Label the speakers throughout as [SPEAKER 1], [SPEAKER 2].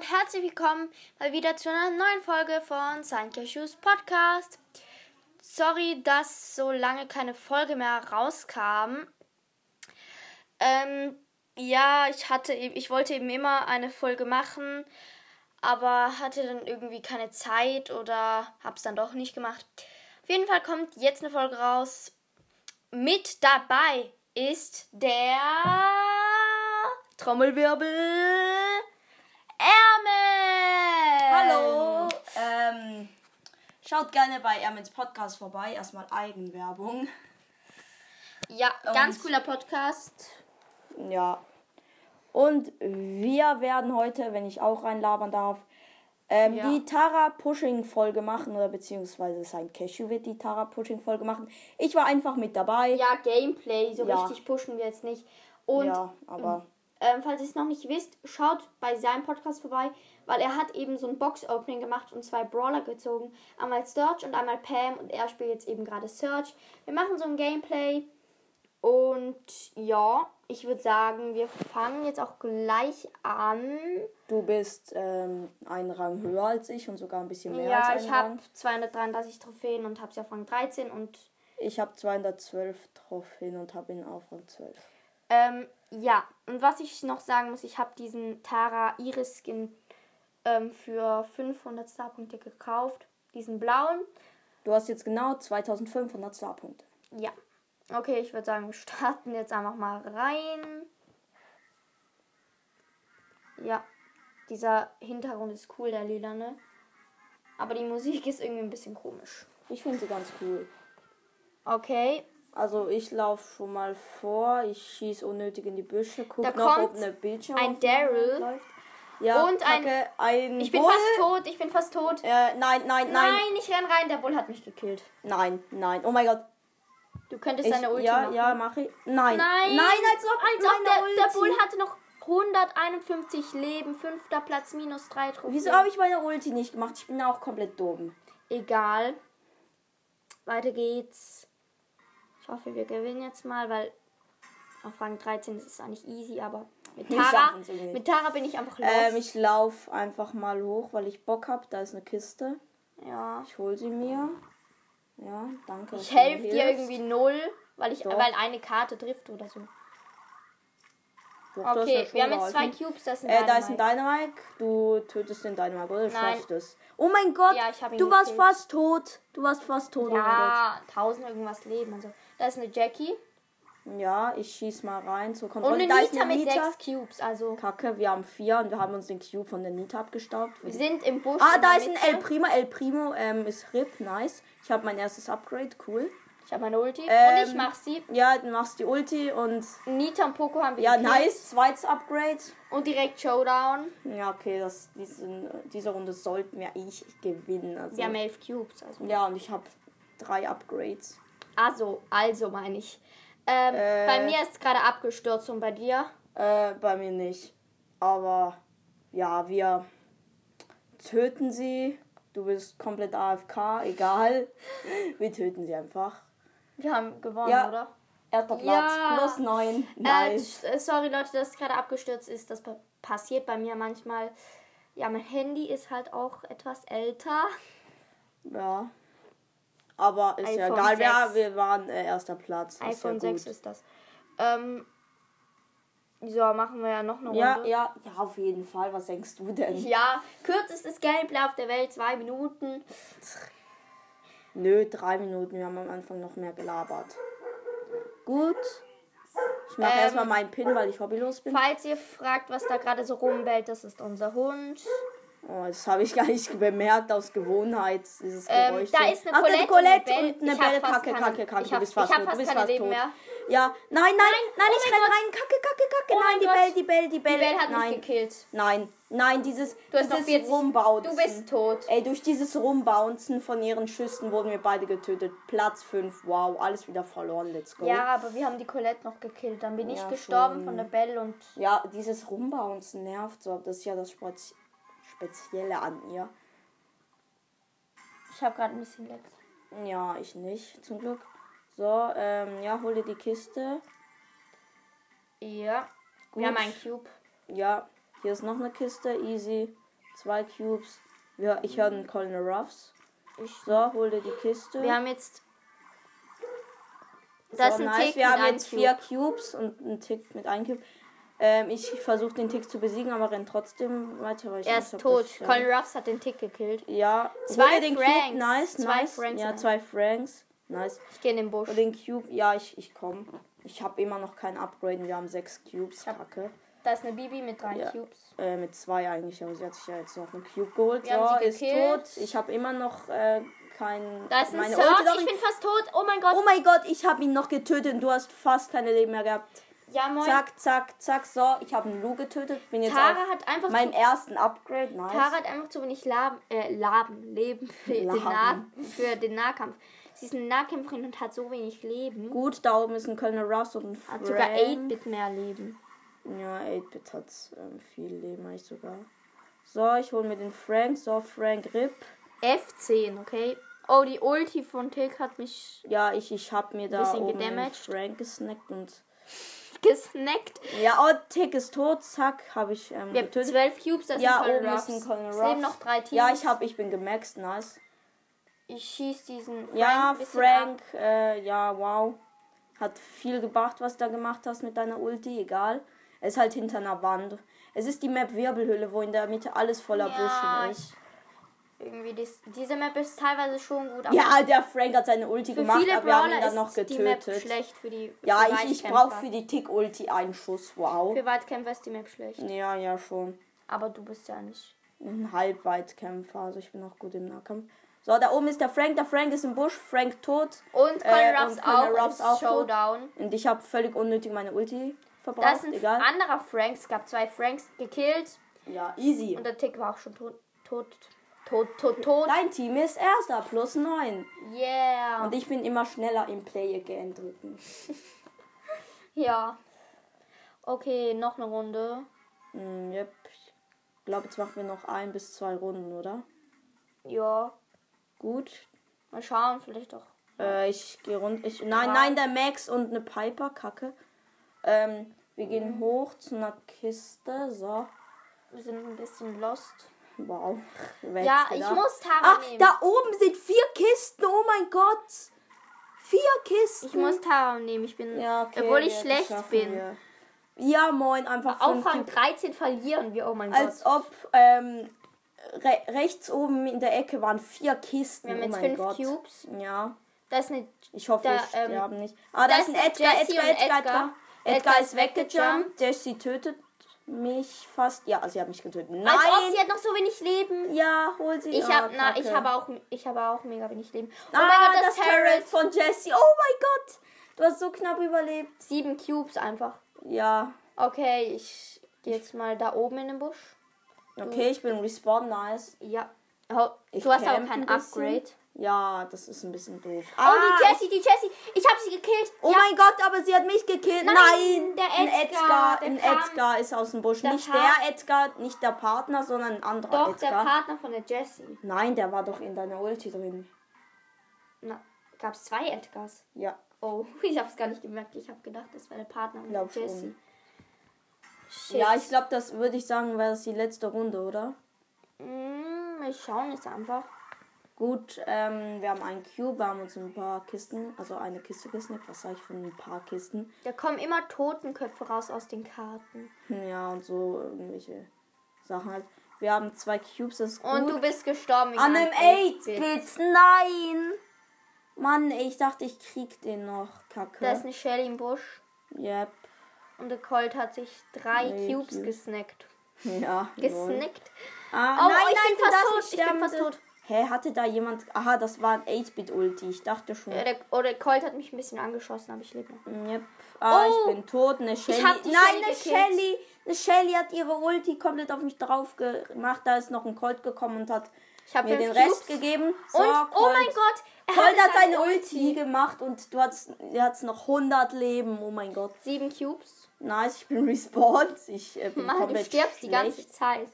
[SPEAKER 1] herzlich willkommen mal wieder zu einer neuen Folge von Science Podcast. Sorry, dass so lange keine Folge mehr rauskam. Ähm, ja, ich hatte, eben- ich wollte eben immer eine Folge machen, aber hatte dann irgendwie keine Zeit oder hab's dann doch nicht gemacht. Auf jeden Fall kommt jetzt eine Folge raus. Mit dabei ist der Trommelwirbel. Ärmel!
[SPEAKER 2] Hallo! Ähm, schaut gerne bei Ermins Podcast vorbei. Erstmal Eigenwerbung.
[SPEAKER 1] Ja, ganz cooler Podcast.
[SPEAKER 2] Ja. Und wir werden heute, wenn ich auch reinlabern darf, ähm,
[SPEAKER 1] Ja.
[SPEAKER 2] die Tara Pushing Folge machen oder beziehungsweise sein Cashew wird die Tara Pushing Folge machen. Ich war einfach mit dabei.
[SPEAKER 1] Ja, Gameplay, so
[SPEAKER 2] Ja.
[SPEAKER 1] richtig pushen wir jetzt nicht. Und
[SPEAKER 2] Ja, aber
[SPEAKER 1] ähm, falls ihr es noch nicht wisst, schaut bei seinem Podcast vorbei, weil er hat eben so ein Box-Opening gemacht und zwei Brawler gezogen. Einmal Search und einmal Pam und er spielt jetzt eben gerade Search. Wir machen so ein Gameplay und ja, ich würde sagen, wir fangen jetzt auch gleich an.
[SPEAKER 2] du bist ähm, einen Rang höher als ich und sogar ein bisschen mehr
[SPEAKER 1] ja,
[SPEAKER 2] als
[SPEAKER 1] ich
[SPEAKER 2] einen
[SPEAKER 1] habe
[SPEAKER 2] Rang.
[SPEAKER 1] 233 Trophäen und habe sie auf Rang 13 und
[SPEAKER 2] Ich habe 212 Trophäen und habe ihn auf Rang 12.
[SPEAKER 1] ähm, ja, und was ich noch sagen muss, ich habe diesen Tara Iris Skin ähm, für 500 Starpunkte gekauft, diesen blauen.
[SPEAKER 2] Du hast jetzt genau 2500 Starpunkte.
[SPEAKER 1] Ja. Okay, ich würde sagen, wir starten jetzt einfach mal rein. Ja, dieser Hintergrund ist cool, der lila, ne? Aber die Musik ist irgendwie ein bisschen komisch.
[SPEAKER 2] Ich finde sie ganz cool.
[SPEAKER 1] Okay,
[SPEAKER 2] Also ich laufe schon mal vor, ich schieße unnötig in die Büsche, guck
[SPEAKER 1] Da
[SPEAKER 2] noch, ob
[SPEAKER 1] kommt
[SPEAKER 2] eine Bildschirm
[SPEAKER 1] ein Daryl.
[SPEAKER 2] läuft. Ja,
[SPEAKER 1] Und ein-
[SPEAKER 2] Kacke, ein
[SPEAKER 1] ich bin
[SPEAKER 2] Bull.
[SPEAKER 1] fast tot, ich bin fast tot.
[SPEAKER 2] Äh, nein,
[SPEAKER 1] Nein,
[SPEAKER 2] nein, nein,
[SPEAKER 1] ich renn rein, der Bull hat mich gekillt.
[SPEAKER 2] nein, nein. Oh mein Gott.
[SPEAKER 1] Du könntest
[SPEAKER 2] Ich,
[SPEAKER 1] deine Ulti
[SPEAKER 2] ja,
[SPEAKER 1] machen.
[SPEAKER 2] ja, mache ich. Nein.
[SPEAKER 1] Nein,
[SPEAKER 2] nein, als ob,
[SPEAKER 1] als
[SPEAKER 2] nein,
[SPEAKER 1] ob der, der
[SPEAKER 2] Ulti.
[SPEAKER 1] Bull hatte noch 151 Leben, fünfter Platz, minus drei Trophäen.
[SPEAKER 2] Wieso habe ich meine Ulti nicht gemacht? Ich bin auch komplett dumm.
[SPEAKER 1] Egal. Weiter geht's. Ich hoffe, wir gewinnen jetzt mal, weil auf Rang 13 ist es eigentlich easy, aber mit
[SPEAKER 2] Wir
[SPEAKER 1] Tara,
[SPEAKER 2] schaffen's irgendwie nicht.
[SPEAKER 1] mit Tara bin ich einfach los.
[SPEAKER 2] Ähm, ich laufe einfach mal hoch, weil ich Bock habe. Da ist eine Kiste.
[SPEAKER 1] ja.
[SPEAKER 2] Ich hole sie mir. Ja, danke. dass
[SPEAKER 1] Ich
[SPEAKER 2] du mir
[SPEAKER 1] helfe dir
[SPEAKER 2] hilfst.
[SPEAKER 1] irgendwie null, weil ich
[SPEAKER 2] Doch.
[SPEAKER 1] weil eine Karte trifft oder so.
[SPEAKER 2] Doch, du hast mir
[SPEAKER 1] Okay,
[SPEAKER 2] schon
[SPEAKER 1] wir haben jetzt zwei
[SPEAKER 2] geholfen.
[SPEAKER 1] Cubes, das ist ein
[SPEAKER 2] Äh, da ist ein
[SPEAKER 1] Dynamite.
[SPEAKER 2] Dynamite. Du tötest den Dynamite, oder? Du
[SPEAKER 1] Nein.
[SPEAKER 2] schaffst es. Oh mein Gott,
[SPEAKER 1] Ja, ich hab ihn
[SPEAKER 2] du warst
[SPEAKER 1] gekillt.
[SPEAKER 2] fast tot. Du warst fast tot. oh mein
[SPEAKER 1] Ja, 1000 irgendwas Leben und so. Da ist eine Jackie
[SPEAKER 2] Gott. ja ich schieß mal rein zur
[SPEAKER 1] und
[SPEAKER 2] Kontrolle.
[SPEAKER 1] eine
[SPEAKER 2] da ist
[SPEAKER 1] Nita
[SPEAKER 2] eine
[SPEAKER 1] mit
[SPEAKER 2] Nita.
[SPEAKER 1] sechs Cubes, also
[SPEAKER 2] Kacke, wir haben vier und wir haben uns den Cube von der Nita abgestaubt.
[SPEAKER 1] wir sind im Busch.
[SPEAKER 2] Ah,
[SPEAKER 1] in
[SPEAKER 2] da
[SPEAKER 1] der
[SPEAKER 2] ist ein
[SPEAKER 1] Mitte.
[SPEAKER 2] El Primo. El Primo ähm, ist RIP, nice. Ich habe mein erstes Upgrade, cool.
[SPEAKER 1] Ich habe meine Ulti und ich
[SPEAKER 2] Ähm,
[SPEAKER 1] mach sie.
[SPEAKER 2] Ja, du machst die Ulti und
[SPEAKER 1] Nita und Poco haben wir
[SPEAKER 2] ja,
[SPEAKER 1] gekillt.
[SPEAKER 2] nice, zweites Upgrade.
[SPEAKER 1] Und direkt Showdown.
[SPEAKER 2] Ja, okay, das, diese, diese Runde sollten wir ich gewinnen. Also.
[SPEAKER 1] Wir haben elf Cubes. Also,
[SPEAKER 2] ja, und ich habe drei Upgrades.
[SPEAKER 1] also, also meine ich. Ähm,
[SPEAKER 2] Äh.
[SPEAKER 1] Bei mir ist es gerade abgestürzt und bei dir.
[SPEAKER 2] Äh, bei mir nicht. Aber ja, wir töten sie. Du bist komplett AFK, egal. Wir töten sie einfach.
[SPEAKER 1] Wir haben gewonnen,
[SPEAKER 2] Ja.
[SPEAKER 1] oder?
[SPEAKER 2] Erster Platz,
[SPEAKER 1] Ja.
[SPEAKER 2] plus 9.
[SPEAKER 1] Äh,
[SPEAKER 2] Nice.
[SPEAKER 1] s- äh, sorry Leute, dass es gerade abgestürzt ist. Das pa- passiert bei mir manchmal. Ja, mein Handy ist halt auch etwas älter.
[SPEAKER 2] Ja. Aber ist ja
[SPEAKER 1] iPhone
[SPEAKER 2] egal. Ja,
[SPEAKER 1] 6.
[SPEAKER 2] wir waren äh, erster Platz. Ist
[SPEAKER 1] iPhone
[SPEAKER 2] ja
[SPEAKER 1] 6 ist das. Ähm, so, machen wir ja noch eine
[SPEAKER 2] Ja,
[SPEAKER 1] Runde.
[SPEAKER 2] ja, ja, auf jeden Fall. Was denkst du denn?
[SPEAKER 1] Ja, kürzestes Gameplay auf der Welt, zwei Minuten.
[SPEAKER 2] Nö, drei Minuten. Wir haben am Anfang noch mehr gelabert. Gut. Ich mache
[SPEAKER 1] Ähm.
[SPEAKER 2] erstmal meinen Pin, weil ich hobbylos bin.
[SPEAKER 1] Falls ihr fragt, was da gerade so rumbellt, das ist unser Hund.
[SPEAKER 2] Oh, das habe ich gar nicht bemerkt aus Gewohnheit, dieses
[SPEAKER 1] Ähm,
[SPEAKER 2] Geräusch. ne?
[SPEAKER 1] da ist eine
[SPEAKER 2] Ach, da ist
[SPEAKER 1] Colette
[SPEAKER 2] Colette und
[SPEAKER 1] und eine
[SPEAKER 2] eine
[SPEAKER 1] Belle.
[SPEAKER 2] Belle.
[SPEAKER 1] Ich hab fast
[SPEAKER 2] Kacke,
[SPEAKER 1] keine-
[SPEAKER 2] Kacke, Kacke.
[SPEAKER 1] ich
[SPEAKER 2] Du
[SPEAKER 1] hab-
[SPEAKER 2] bist
[SPEAKER 1] ich
[SPEAKER 2] fast
[SPEAKER 1] hab
[SPEAKER 2] tot.
[SPEAKER 1] fast
[SPEAKER 2] Du bist
[SPEAKER 1] keine
[SPEAKER 2] fast
[SPEAKER 1] Leben
[SPEAKER 2] tot.
[SPEAKER 1] mehr.
[SPEAKER 2] Ja, nein, nein, nein,
[SPEAKER 1] oh
[SPEAKER 2] ich
[SPEAKER 1] mein
[SPEAKER 2] renn
[SPEAKER 1] Gott.
[SPEAKER 2] rein. Kacke, Kacke, Kacke.
[SPEAKER 1] Oh
[SPEAKER 2] nein,
[SPEAKER 1] mein
[SPEAKER 2] die
[SPEAKER 1] Gott.
[SPEAKER 2] Belle, die Belle, die Belle.
[SPEAKER 1] Die Belle hat
[SPEAKER 2] nein.
[SPEAKER 1] mich gekillt.
[SPEAKER 2] Nein, nein, dieses,
[SPEAKER 1] Du hast noch
[SPEAKER 2] dieses
[SPEAKER 1] 40.
[SPEAKER 2] Rumbouncen.
[SPEAKER 1] Du bist tot.
[SPEAKER 2] Ey, durch dieses Rumbouncen von ihren Schüssen wurden wir beide getötet. Platz 5, wow, alles wieder verloren, let's go.
[SPEAKER 1] Ja, aber wir haben die Colette noch gekillt. Dann bin ich
[SPEAKER 2] Ja,
[SPEAKER 1] gestorben
[SPEAKER 2] schon.
[SPEAKER 1] von der Belle und
[SPEAKER 2] Ja, dieses Rumbouncen nervt so, aber das ist ja das Spezi- Spezielle an ihr.
[SPEAKER 1] ich habe gerade ein bisschen Leck.
[SPEAKER 2] Ja, ich nicht, zum Glück. So, ähm, ja, hol dir die Kiste.
[SPEAKER 1] Ja.
[SPEAKER 2] Gut.
[SPEAKER 1] Wir haben einen Cube.
[SPEAKER 2] Ja, hier ist noch eine Kiste, easy. zwei Cubes. Ja, ich höre einen Colonel Ruffs. So, hol dir die Kiste.
[SPEAKER 1] Wir haben jetzt.
[SPEAKER 2] so,
[SPEAKER 1] Das ist ein Tick
[SPEAKER 2] Wir
[SPEAKER 1] mit
[SPEAKER 2] haben
[SPEAKER 1] einem
[SPEAKER 2] jetzt vier Cubes und einen Tick mit einem Cube. Ähm, ich versuche den Tick zu besiegen, aber renn trotzdem weiter, weil ich
[SPEAKER 1] Er
[SPEAKER 2] Angst
[SPEAKER 1] ist
[SPEAKER 2] hab,
[SPEAKER 1] tot.
[SPEAKER 2] dass ich-
[SPEAKER 1] Colin Ruffs hat den Tick gekillt.
[SPEAKER 2] Ja,
[SPEAKER 1] Zwei
[SPEAKER 2] hol dir den
[SPEAKER 1] Franks.
[SPEAKER 2] Cube. Nice,
[SPEAKER 1] Zwei
[SPEAKER 2] nice.
[SPEAKER 1] Franks
[SPEAKER 2] ja,
[SPEAKER 1] in
[SPEAKER 2] zwei Franks. Nice.
[SPEAKER 1] Ich gehe in den Busch.
[SPEAKER 2] Und den Cube, ja, ich, ich komme. Ich habe immer noch keinen Upgraden. Wir haben sechs Cubes. Kacke.
[SPEAKER 1] Da ist eine Bibi mit drei
[SPEAKER 2] Ja.
[SPEAKER 1] Cubes.
[SPEAKER 2] Äh, mit zwei eigentlich, aber sie hat sich ja jetzt noch einen Cube geholt.
[SPEAKER 1] Wir haben
[SPEAKER 2] so,
[SPEAKER 1] sie
[SPEAKER 2] ist
[SPEAKER 1] gekillt.
[SPEAKER 2] tot. Ich habe immer noch äh, keinen.
[SPEAKER 1] Da ist ein
[SPEAKER 2] meine
[SPEAKER 1] Surge.
[SPEAKER 2] Ulti noch
[SPEAKER 1] Ich
[SPEAKER 2] nicht-
[SPEAKER 1] bin fast tot. Oh mein Gott.
[SPEAKER 2] Oh mein Gott, ich habe ihn noch getötet und du hast fast keine Leben mehr gehabt.
[SPEAKER 1] ja, moin.
[SPEAKER 2] Zack, zack, zack. So, ich habe einen Lu getötet. Bin jetzt
[SPEAKER 1] Tara
[SPEAKER 2] auf
[SPEAKER 1] hat einfach
[SPEAKER 2] meinem
[SPEAKER 1] zu,
[SPEAKER 2] ersten Upgrade. Nice.
[SPEAKER 1] Tara hat einfach zu wenig Laben, äh, Laben, Leben für, Den
[SPEAKER 2] Laben.
[SPEAKER 1] nah, für den Nahkampf. Sie ist eine Nahkämpferin und hat so wenig Leben.
[SPEAKER 2] Gut, da oben ist ein Kölner Rust und ein
[SPEAKER 1] Hat sogar
[SPEAKER 2] Frank.
[SPEAKER 1] 8-Bit mehr Leben.
[SPEAKER 2] Ja, 8-Bit hat ähm, viel Leben, eigentlich sogar. So, ich hole mir den Frank. So, Frank Rip.
[SPEAKER 1] F10, okay? Oh, die Ulti von Tick hat mich
[SPEAKER 2] Ja, ich, ich hab mir da
[SPEAKER 1] Bisschen
[SPEAKER 2] oben den
[SPEAKER 1] gedamaged.
[SPEAKER 2] Frank gesnackt und.
[SPEAKER 1] gesnackt.
[SPEAKER 2] Ja, oh, Tick ist tot. Zack, habe ich ähm,
[SPEAKER 1] Wir haben
[SPEAKER 2] getötet.
[SPEAKER 1] 12 Cubes, das
[SPEAKER 2] Ja, oh,
[SPEAKER 1] sind Colin
[SPEAKER 2] oben
[SPEAKER 1] Ruffs.
[SPEAKER 2] ist ein Colin
[SPEAKER 1] Es
[SPEAKER 2] Ruffs.
[SPEAKER 1] leben noch drei Teams.
[SPEAKER 2] Ja, ich hab, ich bin gemaxt. Nice.
[SPEAKER 1] Ich schieß diesen Frank
[SPEAKER 2] ja,
[SPEAKER 1] ein bisschen
[SPEAKER 2] Frank.
[SPEAKER 1] ab.
[SPEAKER 2] Äh, ja, wow. Hat viel gebracht, was du da gemacht hast mit deiner Ulti. Egal. Er ist halt hinter einer Wand. Es ist die Map Wirbelhülle, wo in der Mitte alles voller
[SPEAKER 1] Ja,
[SPEAKER 2] Büsche ist.
[SPEAKER 1] Irgendwie, dies, diese Map ist teilweise schon gut, aber
[SPEAKER 2] Ja, der Frank hat seine Ulti
[SPEAKER 1] für
[SPEAKER 2] gemacht,
[SPEAKER 1] viele
[SPEAKER 2] aber wir haben ihn
[SPEAKER 1] Brawler
[SPEAKER 2] dann
[SPEAKER 1] ist
[SPEAKER 2] noch
[SPEAKER 1] die Map
[SPEAKER 2] getötet.
[SPEAKER 1] schlecht für die
[SPEAKER 2] Ja,
[SPEAKER 1] für
[SPEAKER 2] ich, ich
[SPEAKER 1] Weitkämpfer.
[SPEAKER 2] brauche für die Tick-Ulti einen Schuss. Wow.
[SPEAKER 1] Für Weitkämpfer ist die Map schlecht.
[SPEAKER 2] Ja, ja, schon.
[SPEAKER 1] Aber du bist ja nicht.
[SPEAKER 2] ein Halbweitkämpfer, also ich bin auch gut im Nahkampf. So, da oben ist der Frank, der Frank ist im Busch, Frank tot.
[SPEAKER 1] Und Colin
[SPEAKER 2] Äh,
[SPEAKER 1] Ruffs
[SPEAKER 2] und
[SPEAKER 1] auch.
[SPEAKER 2] Colin Ruffs
[SPEAKER 1] ist
[SPEAKER 2] auch tot.
[SPEAKER 1] Showdown.
[SPEAKER 2] Und ich habe völlig unnötig meine Ulti
[SPEAKER 1] Da
[SPEAKER 2] verbraucht,
[SPEAKER 1] ist ein
[SPEAKER 2] egal.
[SPEAKER 1] anderer Frank. Es gab zwei Franks gekillt.
[SPEAKER 2] Ja, easy.
[SPEAKER 1] Und der Tick war auch schon tot. Tot, tot, tot, tot.
[SPEAKER 2] Dein Team ist erster, plus 9.
[SPEAKER 1] Yeah.
[SPEAKER 2] Und ich bin immer schneller im Play again drücken.
[SPEAKER 1] ja. Okay, noch eine Runde.
[SPEAKER 2] Hm, yep. Ich glaube, jetzt machen wir noch ein bis zwei Runden, oder?
[SPEAKER 1] Ja.
[SPEAKER 2] Gut.
[SPEAKER 1] Mal schauen, vielleicht doch.
[SPEAKER 2] Äh, ich gehe rund. Ich, nein, nein, der Max und eine Piper, kacke. Ähm, wir gehen
[SPEAKER 1] Mhm.
[SPEAKER 2] hoch zu einer Kiste. So.
[SPEAKER 1] Wir sind ein bisschen lost.
[SPEAKER 2] Wow. Wer
[SPEAKER 1] Ja,
[SPEAKER 2] hätt's
[SPEAKER 1] ich
[SPEAKER 2] gedacht?
[SPEAKER 1] muss Tara
[SPEAKER 2] Ah,
[SPEAKER 1] nehmen.
[SPEAKER 2] da oben sind vier Kisten. Oh mein Gott. Vier Kisten.
[SPEAKER 1] Ich muss Tara nehmen. Ich bin,
[SPEAKER 2] Ja, okay,
[SPEAKER 1] obwohl ich
[SPEAKER 2] ja, das
[SPEAKER 1] schlecht
[SPEAKER 2] schaffen
[SPEAKER 1] bin.
[SPEAKER 2] wir. Ja, moin, einfach
[SPEAKER 1] Auf
[SPEAKER 2] fünf
[SPEAKER 1] Rang
[SPEAKER 2] Typen.
[SPEAKER 1] 13 verlieren wir. Oh mein
[SPEAKER 2] Als
[SPEAKER 1] Gott.
[SPEAKER 2] ob ähm, re rechts oben in der Ecke waren vier Kisten.
[SPEAKER 1] Wir haben
[SPEAKER 2] oh
[SPEAKER 1] jetzt fünf
[SPEAKER 2] mein Gott.
[SPEAKER 1] Cubes.
[SPEAKER 2] Ja,
[SPEAKER 1] Das ist eine.
[SPEAKER 2] ich hoffe,
[SPEAKER 1] Da,
[SPEAKER 2] wir
[SPEAKER 1] ähm,
[SPEAKER 2] sterben nicht. Ah, da
[SPEAKER 1] da
[SPEAKER 2] ist ein
[SPEAKER 1] ist
[SPEAKER 2] Edgar,
[SPEAKER 1] Jessie
[SPEAKER 2] Edgar,
[SPEAKER 1] und
[SPEAKER 2] Edgar, Edgar.
[SPEAKER 1] Edgar.
[SPEAKER 2] Edgar
[SPEAKER 1] Edgar
[SPEAKER 2] ist
[SPEAKER 1] ist weggejumpt.
[SPEAKER 2] weggejumpt. Jessie tötet mich fast. Ja, sie hat mich getötet. Nein!
[SPEAKER 1] Als ob sie hat noch so wenig Leben.
[SPEAKER 2] Ja, hol sie.
[SPEAKER 1] Ich
[SPEAKER 2] Ah,
[SPEAKER 1] habe na, ich
[SPEAKER 2] Kacke.
[SPEAKER 1] habe auch ich habe auch mega wenig Leben. Oh
[SPEAKER 2] ah,
[SPEAKER 1] mein Gott,
[SPEAKER 2] das,
[SPEAKER 1] das,
[SPEAKER 2] Turret
[SPEAKER 1] Terrorist.
[SPEAKER 2] von Jesse. Oh mein Gott. Du hast so knapp überlebt.
[SPEAKER 1] Sieben Cubes einfach.
[SPEAKER 2] Ja.
[SPEAKER 1] Okay, ich gehe jetzt mal da oben in den Busch.
[SPEAKER 2] Okay, ich bin respawn nice.
[SPEAKER 1] Ja. Oh,
[SPEAKER 2] Ich
[SPEAKER 1] du hast aber
[SPEAKER 2] camp ein
[SPEAKER 1] kein
[SPEAKER 2] bisschen.
[SPEAKER 1] Upgrade.
[SPEAKER 2] Ja, das ist ein bisschen doof. Ah,
[SPEAKER 1] Oh, die Jessie, die Jessie. Ich habe sie gekillt.
[SPEAKER 2] Oh
[SPEAKER 1] ja,
[SPEAKER 2] mein Gott, aber sie hat mich gekillt. Nein,
[SPEAKER 1] Nein, der
[SPEAKER 2] ein
[SPEAKER 1] Edgar,
[SPEAKER 2] Edgar,
[SPEAKER 1] der
[SPEAKER 2] ein
[SPEAKER 1] kam-
[SPEAKER 2] Edgar ist aus dem Busch.
[SPEAKER 1] der
[SPEAKER 2] Nicht
[SPEAKER 1] kam-
[SPEAKER 2] der Edgar, nicht der Partner, sondern ein anderer
[SPEAKER 1] doch, der
[SPEAKER 2] Edgar.
[SPEAKER 1] Partner von der Jessie.
[SPEAKER 2] Nein, der war doch in deiner Ulti drin.
[SPEAKER 1] Na, gab's zwei Edgars.
[SPEAKER 2] Ja,
[SPEAKER 1] Oh, ich hab's gar nicht gemerkt. Ich habe gedacht, das war der Partner von der
[SPEAKER 2] Glaub schon.
[SPEAKER 1] Jessie. Shit.
[SPEAKER 2] ja ich glaube, das würde ich sagen, wäre das die letzte Runde, oder?
[SPEAKER 1] Mm, wir schauen jetzt einfach.
[SPEAKER 2] Gut, ähm, wir haben einen Cube, wir haben uns ein paar Kisten, also eine Kiste gesnackt. Was sage ich von ein paar Kisten?
[SPEAKER 1] Da kommen immer Totenköpfe raus aus den Karten.
[SPEAKER 2] Hm, Ja, und so irgendwelche Sachen halt. Wir haben zwei Cubes, das ist gut. Ah,
[SPEAKER 1] Und du bist gestorben. wegen
[SPEAKER 2] An einem ne?
[SPEAKER 1] 8-Bit.
[SPEAKER 2] 8-Bit, nein! Mann, ich dachte, ich krieg den noch. Kacke.
[SPEAKER 1] Da ist eine Shelly im Busch.
[SPEAKER 2] Yep.
[SPEAKER 1] Und der Colt hat sich drei
[SPEAKER 2] Nee,
[SPEAKER 1] Cubes
[SPEAKER 2] Cube.
[SPEAKER 1] gesnackt.
[SPEAKER 2] Ja. lol.
[SPEAKER 1] Gesnackt?
[SPEAKER 2] Ah,
[SPEAKER 1] Oh,
[SPEAKER 2] nein,
[SPEAKER 1] ich bin
[SPEAKER 2] nein, du
[SPEAKER 1] fast
[SPEAKER 2] darfst
[SPEAKER 1] tot,
[SPEAKER 2] nicht
[SPEAKER 1] ich bin
[SPEAKER 2] sterben.
[SPEAKER 1] fast tot.
[SPEAKER 2] Hä, hatte da jemand. Aha, das war ein 8-Bit-Ulti. Ich dachte schon.
[SPEAKER 1] Äh, Der, oh, der Colt hat mich ein bisschen angeschossen, aber ich lebe noch.
[SPEAKER 2] Yep. Ah,
[SPEAKER 1] Oh.
[SPEAKER 2] ich bin tot. Eine Shelly.
[SPEAKER 1] hab die
[SPEAKER 2] Nein,
[SPEAKER 1] Shelly
[SPEAKER 2] eine
[SPEAKER 1] gekillt.
[SPEAKER 2] Shelly. Eine Shelly hat ihre Ulti komplett auf mich drauf gemacht. Da ist noch ein Colt gekommen und hat
[SPEAKER 1] Ich habe
[SPEAKER 2] mir den Rest gegeben. So,
[SPEAKER 1] Und, oh
[SPEAKER 2] Colt.
[SPEAKER 1] mein Gott, er
[SPEAKER 2] Colt
[SPEAKER 1] hatte
[SPEAKER 2] hat
[SPEAKER 1] seine
[SPEAKER 2] seine Ulti gemacht und du hast, er hat's noch 100 Leben. Oh mein Gott.
[SPEAKER 1] sieben Cubes.
[SPEAKER 2] Nice, ich bin respawned. Ich äh, bin
[SPEAKER 1] Mann, du
[SPEAKER 2] komplett
[SPEAKER 1] stirbst die
[SPEAKER 2] schlecht.
[SPEAKER 1] ganze Zeit.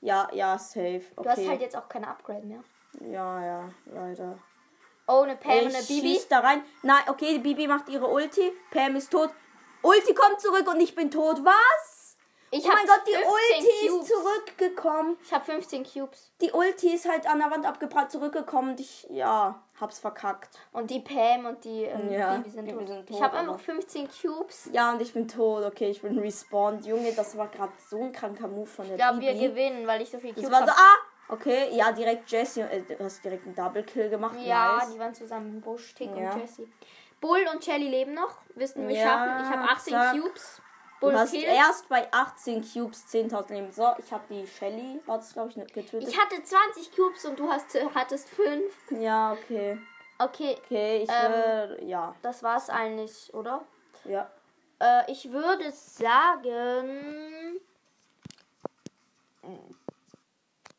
[SPEAKER 2] Ja, ja, safe. Okay.
[SPEAKER 1] Du hast halt jetzt auch keine Upgrade mehr.
[SPEAKER 2] ja, ja, leider.
[SPEAKER 1] Oh, eine Pam und eine
[SPEAKER 2] ich
[SPEAKER 1] Bibi.
[SPEAKER 2] schieß da rein. Nein, okay, die Bibi macht ihre Ulti. Pam ist tot. Ulti kommt zurück und ich bin tot. Was?
[SPEAKER 1] Ich
[SPEAKER 2] oh mein
[SPEAKER 1] hab
[SPEAKER 2] Gott, die
[SPEAKER 1] 15
[SPEAKER 2] Ulti
[SPEAKER 1] Cubes.
[SPEAKER 2] ist zurückgekommen.
[SPEAKER 1] Ich habe 15 Cubes.
[SPEAKER 2] Die Ulti ist halt an der Wand abgeprallt zurückgekommen und ich, ja, hab's verkackt.
[SPEAKER 1] Und die Pam und die ähm,
[SPEAKER 2] Ja,
[SPEAKER 1] Bibi sind
[SPEAKER 2] Bibi
[SPEAKER 1] tot.
[SPEAKER 2] sind
[SPEAKER 1] ich
[SPEAKER 2] tot,
[SPEAKER 1] habe
[SPEAKER 2] aber-
[SPEAKER 1] einfach 15 Cubes.
[SPEAKER 2] Ja, und ich bin tot. Okay, ich bin respawned. Junge, das war gerade so ein kranker Move von der
[SPEAKER 1] Ich glaube, wir
[SPEAKER 2] Bibi.
[SPEAKER 1] gewinnen, weil ich so viel
[SPEAKER 2] das
[SPEAKER 1] Cubes
[SPEAKER 2] war so,
[SPEAKER 1] habe.
[SPEAKER 2] ah! Okay, ja, direkt Jesse. Äh, du hast direkt einen Double Kill gemacht.
[SPEAKER 1] ja,
[SPEAKER 2] nice.
[SPEAKER 1] die waren zusammen. Bush, Tick
[SPEAKER 2] Ja.
[SPEAKER 1] und Jessie. Bull und Shelly leben noch. Wissen wir
[SPEAKER 2] Ja,
[SPEAKER 1] schaffen. Ich habe 18
[SPEAKER 2] zack.
[SPEAKER 1] Cubes.
[SPEAKER 2] Du
[SPEAKER 1] Bull
[SPEAKER 2] hast
[SPEAKER 1] Kill.
[SPEAKER 2] erst bei 18 Cubes 10.000 Leben. So, ich habe die Shelly, war das, glaube ich, ne- getötet.
[SPEAKER 1] Ich hatte 20 Cubes und du hast, hattest 5.
[SPEAKER 2] ja, okay.
[SPEAKER 1] Okay,
[SPEAKER 2] Okay, ich
[SPEAKER 1] Ähm.
[SPEAKER 2] will. Ja,
[SPEAKER 1] das war's eigentlich, oder?
[SPEAKER 2] ja.
[SPEAKER 1] Äh, ich würde sagen,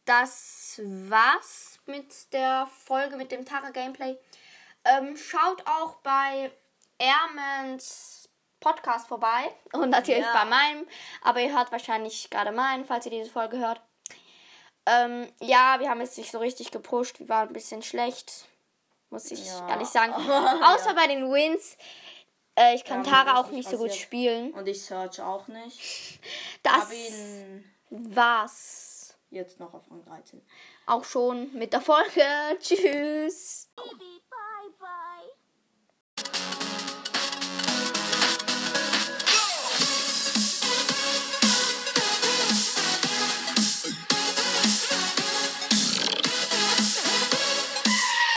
[SPEAKER 1] das war's mit der Folge mit dem Tara-Gameplay. Ähm, schaut auch bei Ermens Podcast vorbei und natürlich
[SPEAKER 2] Ja.
[SPEAKER 1] bei meinem, aber ihr hört wahrscheinlich gerade meinen, falls ihr diese Folge hört. Ähm, ja, wir haben jetzt nicht so richtig gepusht, wir waren ein bisschen schlecht, muss ich
[SPEAKER 2] Ja.
[SPEAKER 1] ehrlich sagen. Außer bei den Wins. Äh, ich kann
[SPEAKER 2] Ja,
[SPEAKER 1] Tara auch
[SPEAKER 2] richtig
[SPEAKER 1] nicht so gut
[SPEAKER 2] passiert.
[SPEAKER 1] spielen.
[SPEAKER 2] Und ich search auch nicht.
[SPEAKER 1] Das
[SPEAKER 2] Hab ihn
[SPEAKER 1] war's
[SPEAKER 2] jetzt noch auf Rang 13.
[SPEAKER 1] auch schon mit der Folge. Tschüss.
[SPEAKER 3] Baby, bye bye.